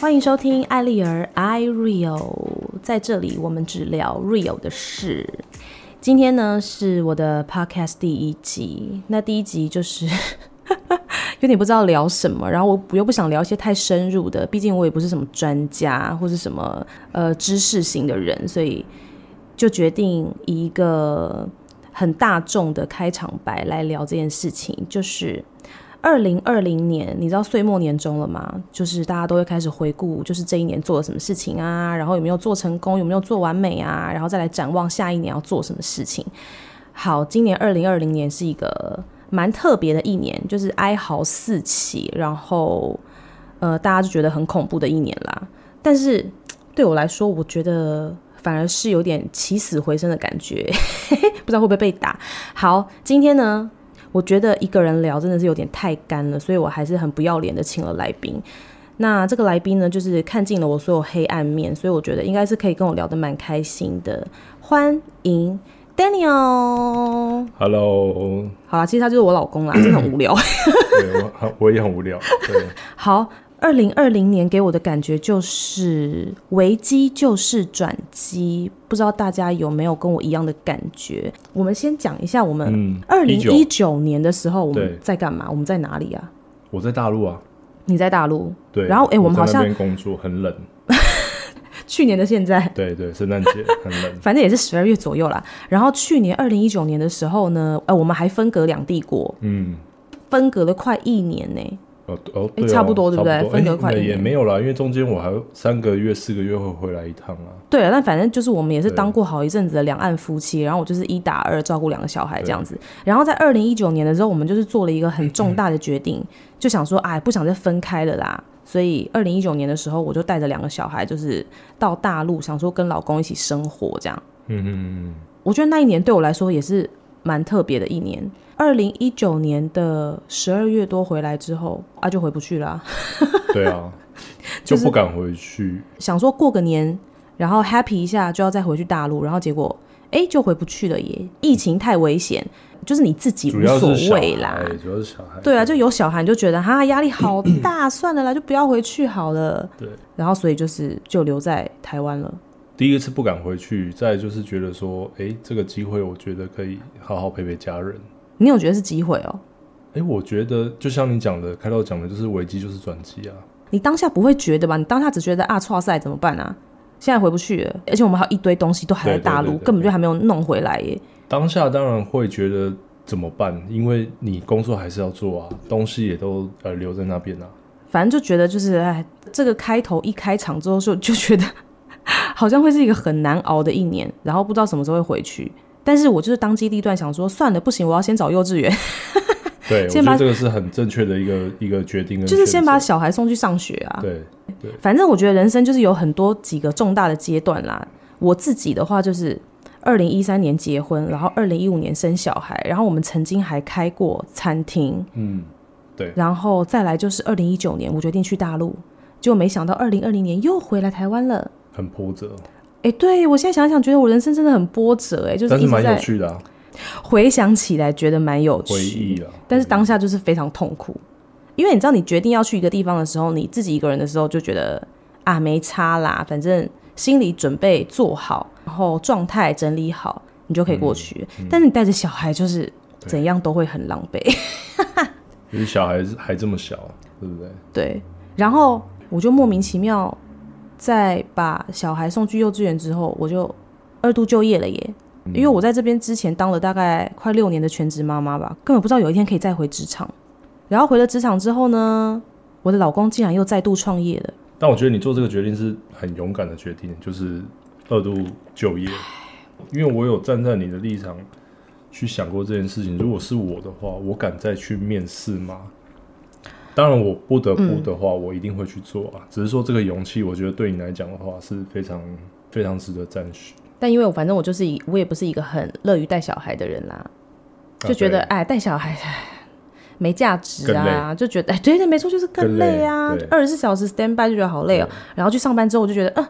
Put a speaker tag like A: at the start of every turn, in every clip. A: 欢迎收听艾丽儿 i Rio，在这里我们只聊 Rio 的事。今天呢是我的 podcast 第一集，那第一集就是 有点不知道聊什么，然后我又不想聊一些太深入的，毕竟我也不是什么专家或是什么呃知识型的人，所以就决定以一个很大众的开场白来聊这件事情，就是。二零二零年，你知道岁末年终了吗？就是大家都会开始回顾，就是这一年做了什么事情啊，然后有没有做成功，有没有做完美啊，然后再来展望下一年要做什么事情。好，今年二零二零年是一个蛮特别的一年，就是哀嚎四起，然后呃，大家就觉得很恐怖的一年啦。但是对我来说，我觉得反而是有点起死回生的感觉， 不知道会不会被打。好，今天呢，我觉得一个人聊真的是有点太干了，所以我还是很不要脸的请了来宾。那这个来宾呢，就是看尽了我所有黑暗面，所以我觉得应该是可以跟我聊得蛮开心的。欢迎 Daniel。
B: Hello，
A: 好啦，其实他就是我老公啦，真的很无聊。
B: 对我 我也很无聊。对，
A: 好，二零二零年给我的感觉就是危机就是转机，不知道大家有没有跟我一样的感觉？我们先讲一下我们
B: 嗯，
A: 二零一
B: 19
A: 九年的时候我们
B: 对
A: 在干嘛？我们在哪里啊？
B: 我在大陆啊，
A: 你在大陆？
B: 对。
A: 然后诶我们
B: 在
A: 好像
B: 那边工作很冷，
A: 去年的现在，
B: 对对，圣诞节很冷，
A: 反正也是十二月左右啦。然后去年二零一九年的时候呢，呃，我们还分隔两地国，
B: 嗯，
A: 分隔了快一年呢、
B: 哦哦，
A: 诶
B: 对哦，
A: 哎差不多对不对
B: 差
A: 分隔快
B: 诶
A: 一年
B: 也没有啦，因为中间我还有三个月、四个月会回来一趟啊。
A: 对啊，但反正就是我们也是
B: 对
A: 当过好一阵子的两岸夫妻，然后我就是一打二照顾两个小孩这样子。然后在二零一九年的时候，我们就是做了一个很重大的决定，就想说，哎，不想再分开了啦。所以二零一九年的时候，我就带着两个小孩，就是到大陆，想说跟老公一起生活这样。
B: 嗯嗯嗯
A: 我觉得那一年对我来说也是蛮特别的一年。二零一九年的十二月多回来之后啊，就回不去了啊、
B: 嗯，对啊，
A: 就
B: 就是不敢回去。
A: 想说过个年，然后 happy 一下就要再回去大陆，然后结果哎就回不去了耶，疫情太危险，就是你自己
B: 主
A: 无
B: 要
A: 所
B: 是小
A: 谓啦。
B: 孩，主要是小孩。
A: 对啊，就有小孩你就觉得哈压力好大，算了啦，就不要回去好了。
B: 对，
A: 然后所以就是就留在台湾了。
B: 第一个是不敢回去，再来就是觉得说，诶，这个机会我觉得可以好好陪陪家人。
A: 你有觉得是机会哦？
B: 诶，我觉得就像你讲的，开头讲的就是危机就是转机啊。
A: 你当下不会觉得吧？你当下只觉得啊，错赛怎么办啊？现在回不去了，而且我们还有一堆东西都还在
B: 对对
A: 大
B: 对
A: 陆，
B: 对
A: 根本就还没有弄回来耶。
B: 当下当然会觉得怎么办，因为你工作还是要做啊，东西也都呃留在那边啊。
A: 反正就觉得就是哎，这个开头一开场之后就 就觉得好像会是一个很难熬的一年，然后不知道什么时候会回去。但是我就是当机立断，想说算了，不行，我要先找幼稚园，
B: 对，我
A: 先
B: 觉
A: 把
B: 得这个是很正确的一个一个决定跟
A: 就是先把
B: 选
A: 小孩送去上学啊
B: 择。对
A: 反正我觉得人生就是有很多几个重大的阶段啦。我自己的话就是。二零一三年结婚，然后二零一五年生小孩，然后我们曾经还开过餐厅，
B: 嗯
A: 然后再来就是二零一九年，我决定去大陆，结果没想到二零二零年又回来台湾了。
B: 很波折，
A: 哎、对我现在想想，觉得我人生真的很波折、哎，就是
B: 但
A: 一
B: 是
A: 直
B: 蛮有
A: 在
B: 趣的啊，
A: 回想起来，觉得蛮有
B: 回
A: 趣，
B: 忆啊。
A: 但是当下就是非常痛苦，因为你知道，你决定要去一个地方的时候，你自己一个人的时候，就觉得啊没差啦，反正心理准备做好，然后状态整理好，你就可以过去。但是你带着小孩，就是
B: 对
A: 怎样都会很狼狈，
B: 因为小孩子还这么小，对不对？
A: 对。然后我就莫名其妙，在把小孩送去幼稚园之后，我就二度就业了耶。
B: 嗯
A: 因为我在这边之前当了大概快六年的全职妈妈吧，根本不知道有一天可以再回职场。然后回了职场之后呢，我的老公竟然又再度创业了。
B: 但我觉得你做这个决定是很勇敢的决定，就是二度就业，因为我有站在你的立场去想过这件事情。如果是我的话，我敢再去面试吗？当然，我不得不的
A: 嗯
B: 话，我一定会去做啊。只是说这个勇气，我觉得对你来讲的话是非常非常值得赞许。
A: 但因为我反正我就是一，我也不是一个很乐于带小孩的人啦，就觉得
B: 啊
A: 哎带小孩 唉没价值
B: 更
A: 啊，就觉得哎对对没错就是更累啊
B: 更累，对
A: 二十四小时 stand by 就觉得好累哦。然后去上班之后我就觉得，嗯、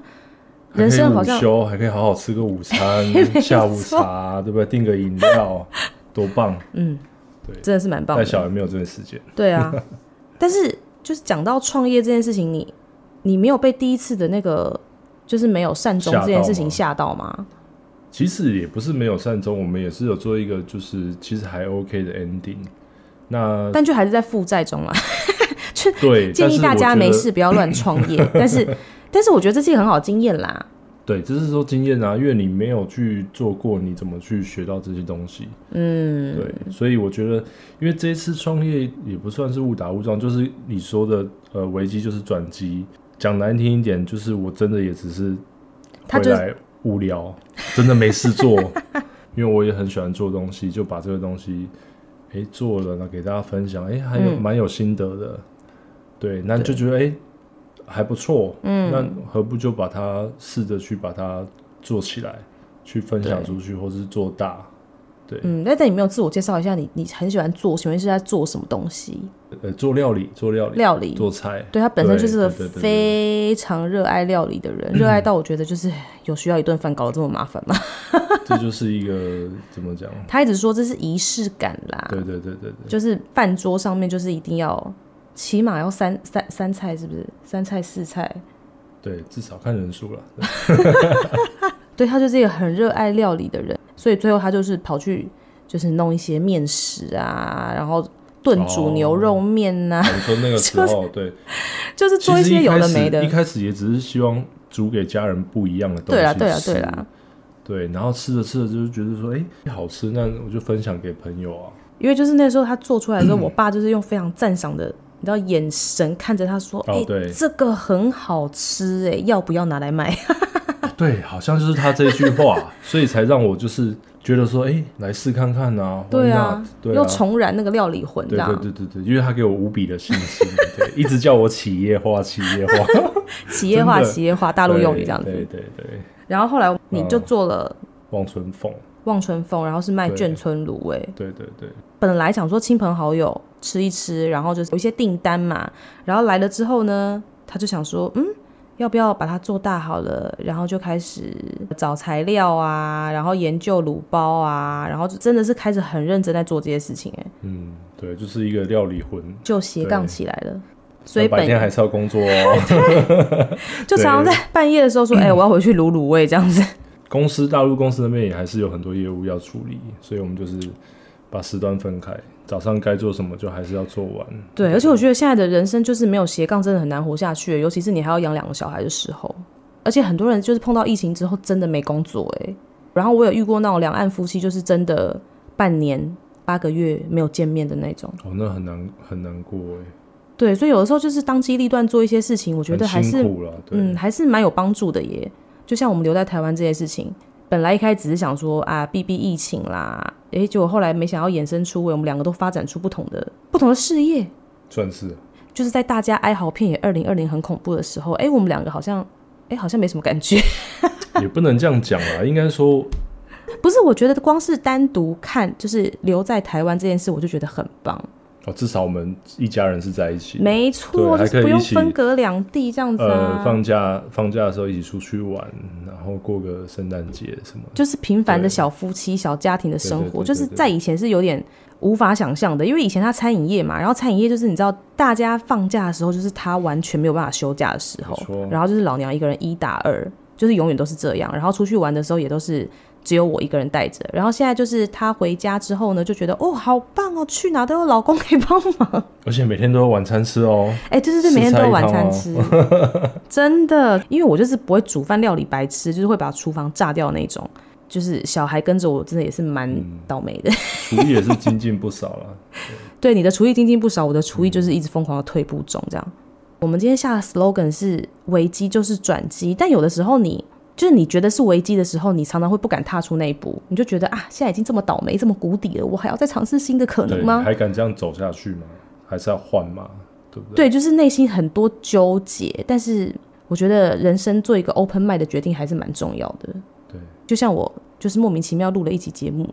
B: 对
A: 人生好
B: 还可以
A: 像
B: 午休，还可以好好吃个午 餐、下午茶，对不对？订个饮料，多棒！
A: 真的是蛮棒
B: 带
A: 的。
B: 小孩没有这个时间。
A: 对啊，但是就是讲到创业这件事情，你你没有被第一次的那个就是没有善终
B: 吓
A: 这
B: 到
A: 件事情
B: 吗
A: 吓到吗？
B: 其实也不是没有善终，我们也是有做一个就是其实还 OK 的 ending。那
A: 但就还是在负债中啊。
B: 对，
A: 建
B: 但
A: 议
B: 是
A: 大
B: 我
A: 家
B: 觉
A: 没
B: 得
A: 事不要乱创 业，但是但是我觉得这是一个很好的经验啦。
B: 对，这是说经验啊，因为你没有去做过，你怎么去学到这些东西？
A: 嗯，
B: 对，所以我觉得，因为这一次创业也不算是误打误撞，就是你说的，呃，危机就是转机。讲难听一点，就是我真的也只是
A: 他
B: 回
A: 就
B: 来无聊，真的没事做， 因为我也很喜欢做东西，就把这个东西，诶做了，呢，给大家分享，诶，还有
A: 嗯
B: 蛮、有心得的，对，那
A: 对
B: 就觉得诶还不错，
A: 嗯
B: 那何不就把它试着去把它做起来，去分享
A: 对
B: 出去，或是做大，对，
A: 嗯，那但你没有自我介绍一下你，你很喜欢做，请问是在做什么东西？
B: 呃，做料理，做料理，
A: 料理。
B: 做菜，
A: 对他本身就是个
B: 对对对对
A: 非常热爱料理的人，热爱到我觉得就是有需要一顿饭搞得这么麻烦吗？
B: 这就是一个怎么讲？
A: 他一直说这是仪式感啦，
B: 对对对对对，
A: 就是饭桌上面就是一定要起码要三三三菜是不是？三菜四菜，
B: 对，至少看人数了。对
A: 对他就是一个很热爱料理的人，所以最后他就是跑去就是弄一些面食啊，然后炖煮
B: 哦
A: 牛肉面呐、啊
B: 我们说那 个时候，对，
A: 就是
B: 其
A: 做一
B: 实
A: 些
B: 一
A: 有
B: 开
A: 的
B: 始
A: 没的
B: 一。开始也只是希望煮给家人不一样的东
A: 对
B: 西
A: 啦，
B: 吃。
A: 对啦，对啊啦，
B: 对然后吃着吃着就是觉得说，哎、好吃，那我就分享给朋友啊。
A: 因为就是那时候他做出来的时候，我爸就是用非常赞赏的，你知道眼神看着他说：“
B: 哦
A: 哎、
B: 对
A: 这个很好吃、哎，要不要拿来卖
B: 啊对，好像就是他这句话，所以才让我就是觉得说，哎、来试看看啊。？”
A: 对啊
B: why not？，对
A: 又
B: 啊。
A: 重燃那个料理魂，这
B: 对对
A: 样
B: 对对对，因为他给我无比的信心，对，一直叫我企业化，企业化，
A: 企业化，
B: 真的
A: 企业化，大陆用语
B: 对
A: 这样
B: 对
A: 子。
B: 对对，
A: 然后后来你就
B: 嗯
A: 做了
B: 望春凤，
A: 望春风，然后是卖
B: 对
A: 眷村卤哎味。
B: 对对对，
A: 本来想说亲朋好友吃一吃，然后就是有一些订单嘛，然后来了之后呢，他就想说，嗯，要不要把它做大好了？然后就开始找材料啊，然后研究卤包啊，然后就真的是开始很认真在做这些事情、哎，
B: 嗯，对，就是一个料理魂，
A: 就斜杠
B: 对
A: 起来了。所以
B: 白
A: 本
B: 天还是要工作哦。
A: 就常常在半夜的时候说，哎、我要回去卤卤味这样子。
B: 公司大陆公司那边也还是有很多业务要处理，所以我们就是把时段分开，早上该做什么就还是要做完。
A: 对，而且我觉得现在的人生就是没有斜杠真的很难活下去，尤其是你还要养两个小孩的时候。而且很多人就是碰到疫情之后真的没工作哎、然后我有遇过那种两岸夫妻，就是真的半年八个月没有见面的那种。
B: 哦，那很难很难过哎，
A: 对，所以有的时候就是当机立断做一些事情，我觉得还
B: 很辛
A: 是
B: 苦了，对，
A: 嗯还是蛮有帮助的耶。就像我们留在台湾这些事情，本来一开始只是想说啊避避疫情啦，诶，结果后来没想到衍生出我们两个都发展出不同的不同的事业。
B: 算是
A: 就是在大家哀嚎遍野二零二零很恐怖的时候，哎、我们两个好像，哎、好像没什么感觉。
B: 也不能这样讲啦，应该说
A: 不是，我觉得光是单独看，就是留在台湾这件事，我就觉得很棒。
B: 哦，至少我们一家人是在一起的。
A: 没错，
B: 对还
A: 就
B: 可
A: 是
B: 以
A: 不用
B: 一起
A: 分隔两地这样子啊
B: 呃，，放假放假的时候一起出去玩，然后过个圣诞节什么的。
A: 就是平凡的
B: 对
A: 小夫妻、小家庭的生
B: 对对
A: 活，
B: 对
A: 就是
B: 对对
A: 在以前是有点无法想象的，因为以前他餐饮业嘛，然后餐饮业就是你知道，大家放假的时候，就是他完全没有办法休假的时候
B: 没错，
A: 然后就是老娘一个人一打二，就是永远都是这样，然后出去玩的时候也都是。只有我一个人带着，然后现在就是他回家之后呢，就觉得哦，好棒哦，去哪都有老公可以帮忙。
B: 而且每天都有晚餐吃哦。
A: 哎，对对对，
B: 四
A: 每
B: 菜
A: 天都有晚
B: 一
A: 餐
B: 汤哦
A: 吃， 真的，因为我就是不会煮饭料理白痴，就是会把厨房炸掉那种。就是小孩跟着我，真的也是蛮倒霉的。
B: 厨艺也是精进不少了。
A: 对你的厨艺精进不少，我的厨艺就是一直疯狂的退步中。这样，我们今天下的 slogan 是危机就是转机，但有的时候你就是你觉得是危机的时候，你常常会不敢踏出那一步，你就觉得啊，现在已经这么倒霉，这么谷底了，我还要再尝试新的可能
B: 对，
A: 吗？
B: 还敢这样走下去吗？还是要换吗？对不对？
A: 对，就是内心很多纠结，但是我觉得人生做一个 open mind 的决定还是蛮重要的。
B: 对，
A: 就像我就是莫名其妙录了一集节 目，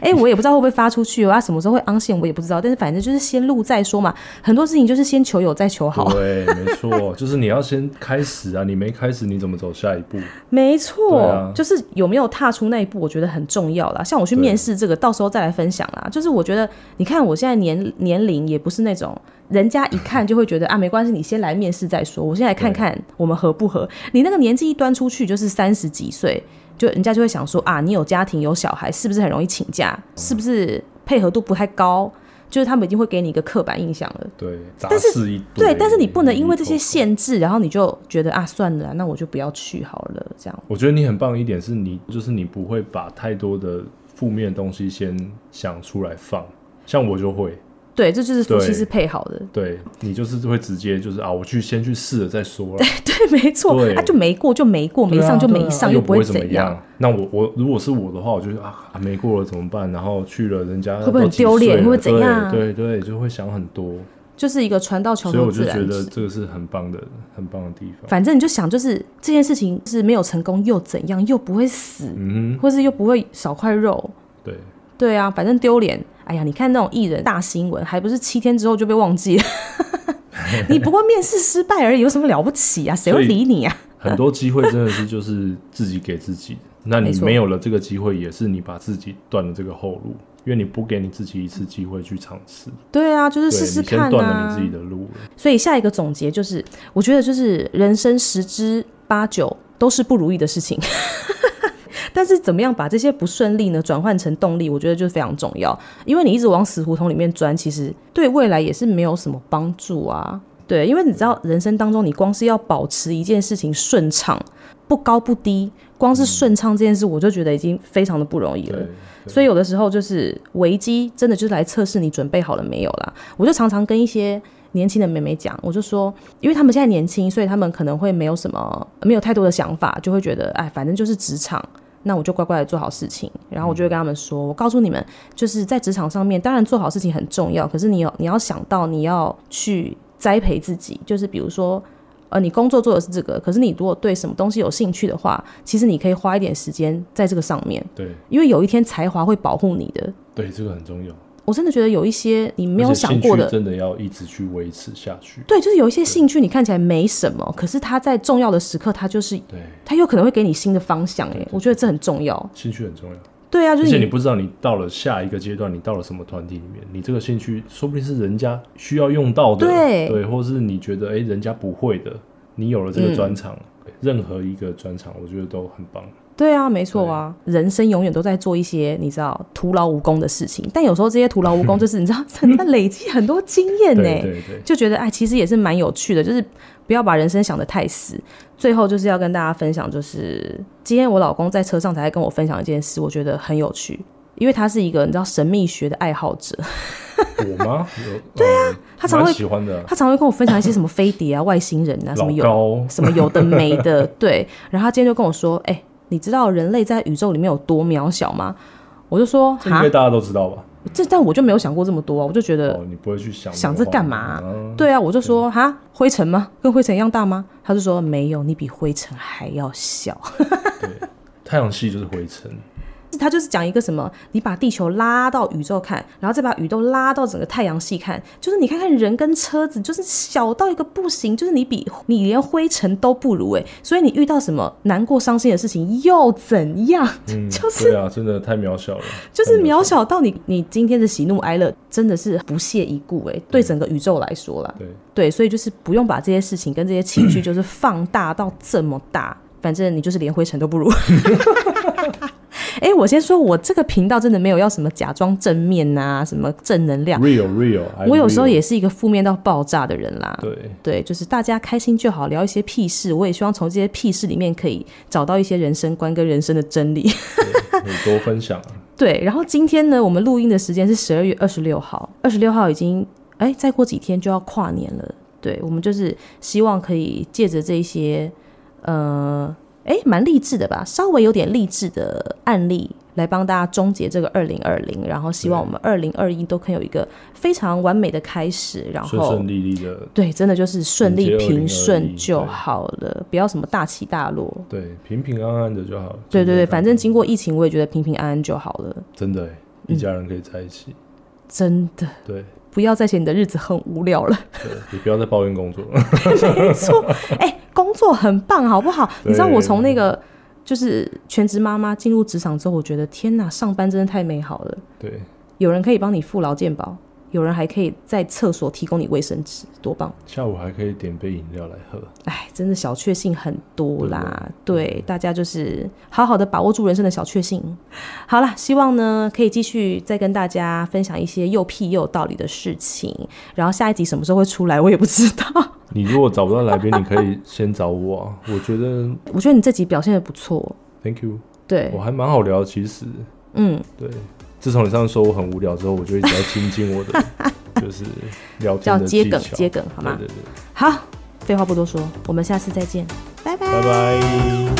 A: 哎、我也不知道会不会发出去哦，啊，什么时候会 on 线我也不知道，但是反正就是先录再说嘛。很多事情就是先求有再求 好，
B: 对，没 错，就是你要先开始啊！你没开始，你怎么走下一步？
A: 没错，
B: 对啊
A: 就是有没有踏出那一步，我觉得很重要啦。像我去
B: 对
A: 面试这个，到时候再来分享啦。就是我觉得，你看我现在年年龄也不是那种人家一看就会觉得啊，没关系，你先来面试再说，我先来看看我们合不合。你那个年纪一端出去就是三十几岁，就人家就会想说啊，你有家庭有小孩，是不是很容易请假？是不是配合度不太高？就是他们已经会给你一个刻板印象了。
B: 对，杂
A: 但是
B: 事一堆。
A: 对，但是你不能因为这些
B: 一头
A: 限制，然后你就觉得啊，算了啊，那我就不要去好了，这样。
B: 我觉得你很棒一点是你，就是你不会把太多的负面的东西先想出来放，像我就会，
A: 对，这就是夫妻
B: 对
A: 是配好的，
B: 对你就是会直接就是啊，我去先去试了再说了，
A: 对，没错，
B: 对
A: 啊，就没过就没过，没
B: 对啊
A: 上就没
B: 对啊
A: 上，
B: 啊
A: 又
B: 又
A: 不
B: 会
A: 会
B: 怎么
A: 怎样。。
B: 那我我如果是我的话，我就觉得啊啊没过了怎么办？然后去了人家
A: 会不会很
B: 都几岁
A: 丢脸
B: 了
A: 会不会怎
B: 对
A: 样
B: 对对，就会想很多，
A: 就是一个船到桥
B: 所以
A: 头
B: 我就
A: 自
B: 觉
A: 然
B: 得
A: 直。
B: 这个是很棒的很棒的地方。
A: 反正你就想，就是这件事情是没有成功又怎样，又不会死，
B: 嗯哼，
A: 或是又不会少块肉。
B: 对，
A: 对啊，反正丢脸。哎呀，你看那种艺人大新闻，还不是七天之后就被忘记了？ 你不过面试失败而已，有什么了不起啊？谁会
B: 所以
A: 理你啊？
B: 很多机会真的是就是自己给自己。那
A: 没
B: 你
A: 错
B: 没有了这个机会，也是你把自己断了这个后路，因为你不给你自己一次机会去尝试，
A: 对啊，就是
B: 对
A: 试试
B: 你先
A: 看
B: 断了
A: 啊。
B: 你自己的路了。
A: 所以下一个总结就是，我觉得就是人生十之八九都是不如意的事情。 但是怎么样把这些不顺利呢转换成动力，我觉得就是非常重要。因为你一直往死胡同里面钻，其实对未来也是没有什么帮助啊。对，因为你知道人生当中，你光是要保持一件事情顺畅，不高不低，光是顺畅这件事，我就觉得已经非常的不容易了
B: 对。，
A: 所以有的时候就是危机，真的就是来测试你准备好了没有啦。我就常常跟一些年轻的妹妹讲，我就说，因为他们现在年轻，所以他们可能会没有什么，没有太多的想法，就会觉得，哎，反正就是职场。那我就乖乖的做好事情，然后我就会跟他们说，我告诉你们，就是在职场上面，当然做好事情很重要，可是你有你要想到你要去栽培自己，就是比如说，呃，你工作做的是这个，可是你如果对什么东西有兴趣的话，其实你可以花一点时间在这个上面，
B: 对
A: 因为有一天才华会保护你的。
B: 对，这个很重要。
A: 我真的觉得有一些你没有
B: 而且
A: 想
B: 兴
A: 过
B: 趣
A: 的，
B: 真的要一直去维持下去。
A: 对，就是有一些兴趣你看起来没什么，可是它在重要的时刻，它就是
B: 对，
A: 它有可能会给你新的方向。
B: 对
A: 哎
B: 对，
A: 我觉得这很重要。
B: 兴趣很重要。
A: 对啊，就
B: 而且
A: 是
B: 你不知道你到了下一个阶段，你到了什么团体里面，你这个兴趣说不定是人家需要用到的，
A: 对
B: 或是你觉得哎、诶人家不会的，你有了这个
A: 嗯
B: 专长，任何一个专长，我觉得都很棒。
A: 对啊，没错啊，人生永远都在做一些你知道徒劳无功的事情，但有时候这些徒劳无 功，就是你知道 真的累积很多经验呢。
B: 对对对，
A: 就觉得哎，其实也是蛮有趣的，就是不要把人生想得太死。最后就是要跟大家分享，就是今天我老公在车上才在跟我分享一件事，我觉得很有趣，因为他是一个你知道神秘学的爱好者，
B: 我吗？有对啊，
A: 他常会
B: 喜欢的啊
A: 他常会跟我分享一些什么飞碟啊、外星人啊、什
B: 老
A: 么有
B: 高，
A: 什么有的没的，对。然后他今天就跟我说，哎、你知道人类在宇宙里面有多渺小吗？我就说
B: 这应
A: 哈
B: 该，大家都知道吧？
A: 这但我就没有想过这么多啊，我就觉得
B: 哦，你不会去想
A: 想
B: 这
A: 这
B: 个
A: 干
B: 话
A: 嘛啊
B: 题啊
A: 对啊，我就说哈，灰尘吗？跟灰尘一样大吗？他就说没有，你比灰尘还要小。
B: 对，太阳系就是灰尘，
A: 他就是讲一个什么，你把地球拉到宇宙看，然后再把宇宙拉到整个太阳系看，就是你看看人跟车子，就是小到一个不行，就是你比你连灰尘都不如哎、所以你遇到什么难过、伤心的事情又怎样？
B: 嗯，
A: 就是
B: 对啊，真的太渺小了，
A: 就是
B: 太
A: 渺小到你你今天的喜怒哀乐真的是不屑一顾哎、对整个宇宙来说啦。
B: 对，
A: 对，所以就是不用把这些事情跟这些情 绪就是放大到这么大，反正你就是连灰尘都不如。 哎、我先说，我这个频道真的没有要什么假装正面啊，什么正能量，
B: real real，
A: 我有时候也是一个负面到爆炸的人啦。
B: 对。
A: 对，就是大家开心就好，聊一些屁事。我也希望从这些屁事里面可以找到一些人生观跟人生的真理。
B: 对很多分享啊，
A: 对，然后今天呢，我们录音的时间是十二月二十六号，二十六号已经哎，再过几天就要跨年了。对，我们就是希望可以借着这些，呃，哎，蛮励志的吧，稍微有点励志的案例，来帮大家终结这个二零二零，然后希望我们二零二一都可以有一个非常完美的开始，然
B: 顺
A: 后
B: 顺利利的，
A: 对，真的就是顺利
B: 迎接
A: 平
B: 2021
A: 顺就
B: 对
A: 好了，不要什么大起大落。
B: 对，平平安安的就好了。
A: 对对对，
B: 健健康
A: 反正经过疫情，我也觉得平平安安就好了，
B: 真的欸、一家人可以在一起，
A: 真的。
B: 对
A: 不要再嫌你的日子很无聊 了。
B: 对，你不要再抱怨工作了。
A: 没错，哎、工作很棒，好不 好？
B: 对
A: 你知道我从那个就是全职妈妈进入职场之后，我觉得天哪，上班真的太美好了。
B: 对，
A: 有人可以帮你付劳健保，有人还可以在厕所提供你卫生纸，多棒！
B: 下午还可以点杯饮料来喝。
A: 哎，真的小确幸很多啦。对，大家就是好好的把握住人生的小确幸。好啦，希望呢可以继续再跟大家分享一些又屁又有道理的事情。然后下一集什么时候会出来，我也不知道。
B: 你如果找不到来宾，你 可以先找我啊。我觉得
A: 我觉得你这集表现的不错，
B: ，Thank you，
A: 对
B: 我，还蛮好聊的。其实，
A: 嗯，
B: 对，自从你上次说我很无聊之后，我就一直在精进我 的就是聊
A: 叫
B: 天
A: 接
B: 的技巧。
A: 梗接梗好吗？
B: 对对对，
A: 好，废话不多说，我们下次再见，拜拜。
B: 拜拜。